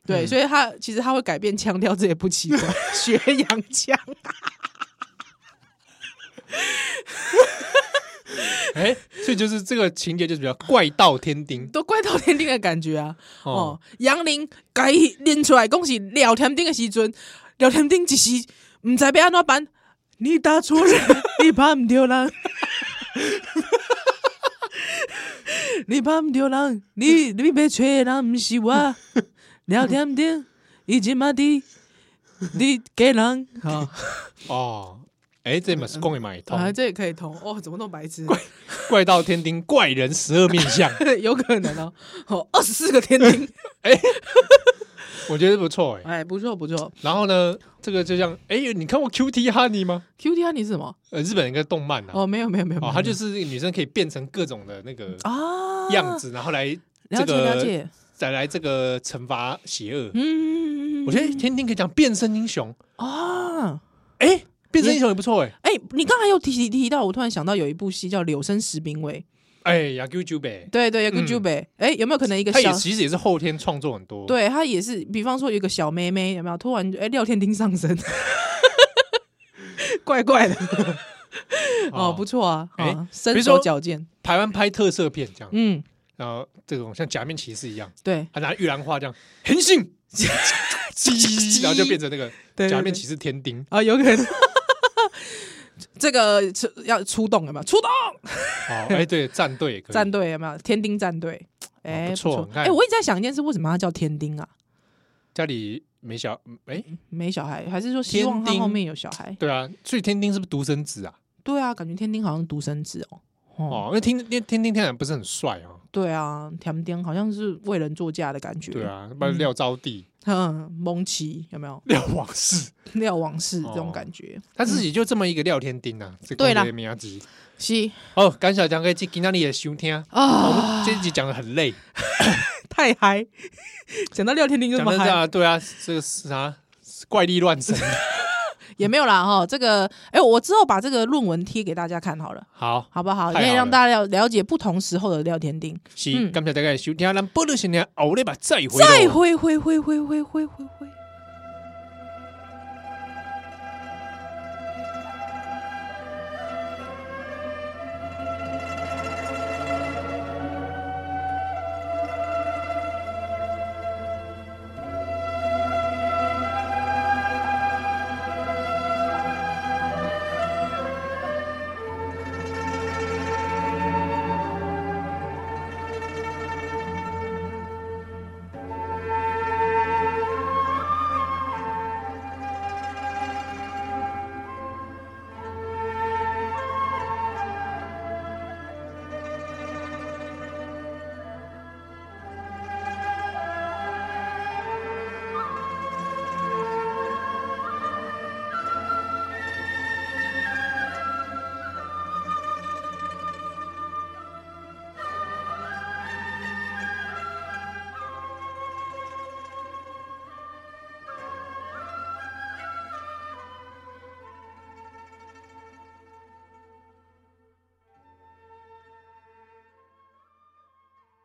S2: 对，
S1: 嗯
S2: 所以他其实他会改变腔调，这也不奇怪，学洋腔，
S1: *laughs* 哎，所以就是这个情节就是比较怪盗天丁
S2: 都怪到天丁的感觉啊。
S1: 哦
S2: 哦，，杨林改拎出来，讲是聊天顶的时阵，聊天顶一时唔知要安怎办，你打错 *laughs* 人，你拍唔着人，你拍唔着人，你你要找的人唔是我，聊天顶伊即嘛伫你家人，好、
S1: 哦，哎，这嘛是公也买通，
S2: 啊，这也可以通哦，怎么那么白痴？
S1: 怪盗天丁怪人十二面 *laughs* 相，
S2: *laughs* 有可能哦，哦，二十四个天丁，
S1: 我觉得不错哎。
S2: *laughs* 哎，不错不错。
S1: 然后呢，这个就像哎，你看过 Q T Honey 吗？
S2: Q T 啊，你是什么？
S1: 呃，日本一个动漫啊，
S2: 哦，没有没有没有，
S1: 哦，它就是是女生可以变成各种的那个
S2: 啊
S1: 样子，然后来
S2: 了
S1: 这
S2: 解了
S1: 个
S2: 解，
S1: 再来这个惩罚邪恶。
S2: 嗯，
S1: 我觉得天丁可以讲变身英雄，
S2: 啊，
S1: 哎，变身英雄也不错哎。
S2: 哎、你刚才有提提到，我突然想到有一部戏叫《柳生十兵卫
S1: 哎呀，Q 九呗》，，
S2: 对对，有个
S1: 嗯
S2: j u b e 哎，有没有可能一个
S1: 他也
S2: 小？
S1: 其实也是后天创作很多，，
S2: 对他也是，比方说有一个小妹妹，有没有突然哎、廖天丁上身， *laughs* 怪怪的哦，不错啊，
S1: 哎
S2: 啊，
S1: 比
S2: 身
S1: 如说
S2: 手矫健，
S1: 台湾拍特色片这样，
S2: 嗯，
S1: 然后这种像假面骑士一样，
S2: 对
S1: 他拿玉兰花这样横
S2: *laughs*
S1: 性，叽然后就变成那个
S2: 对，
S1: 假面
S2: 对
S1: 骑士天丁，
S2: 啊，有可能 *laughs* 这个出要出动有没有？出动
S1: 哦，哎，对，战队也可以，
S2: 战队有没有？天丁战队，哎、
S1: 不错
S2: 错，
S1: 你看
S2: 哎、我一直在想一件事，为什么他叫天丁啊？
S1: 家里没小，哎，
S2: 没小孩，还是说希望他后面有小孩？
S1: 对啊，所以天丁是不是独生子啊？
S2: 对啊，感觉天丁好像独生子哦。哦，
S1: 哦，因为天因为天丁天然不是很帅啊，
S2: 对啊，天丁好像是为人作嫁的感觉。
S1: 对，啊，不然廖招娣、
S2: 嗯，蒙奇有没 *laughs* 有
S1: 廖王氏，
S2: 廖王氏
S1: 哦
S2: 这种感觉？
S1: 他自己就这么一个廖天丁啊，这
S2: 对啦
S1: 个名字。
S2: 是
S1: 哦，感谢张哥今今天你的收听，我
S2: 啊，
S1: 们这一集讲的很累，
S2: 太嗨！ *laughs* 讲到廖天丁就这
S1: 讲
S2: 么
S1: 的
S2: 嗨，
S1: 啊，对啊，这个是啥怪力乱神。
S2: 也没有啦哈。这个，哎，我之后把这个论文贴给大家看好了，
S1: 好，
S2: 好不好？
S1: 太好
S2: 也让
S1: 了
S2: 大家了了解不同时候的廖天丁。
S1: 是
S2: 嗯
S1: 感谢大家的收听，咱不如新年后礼拜再会咯。
S2: 再会，会会会会会会会。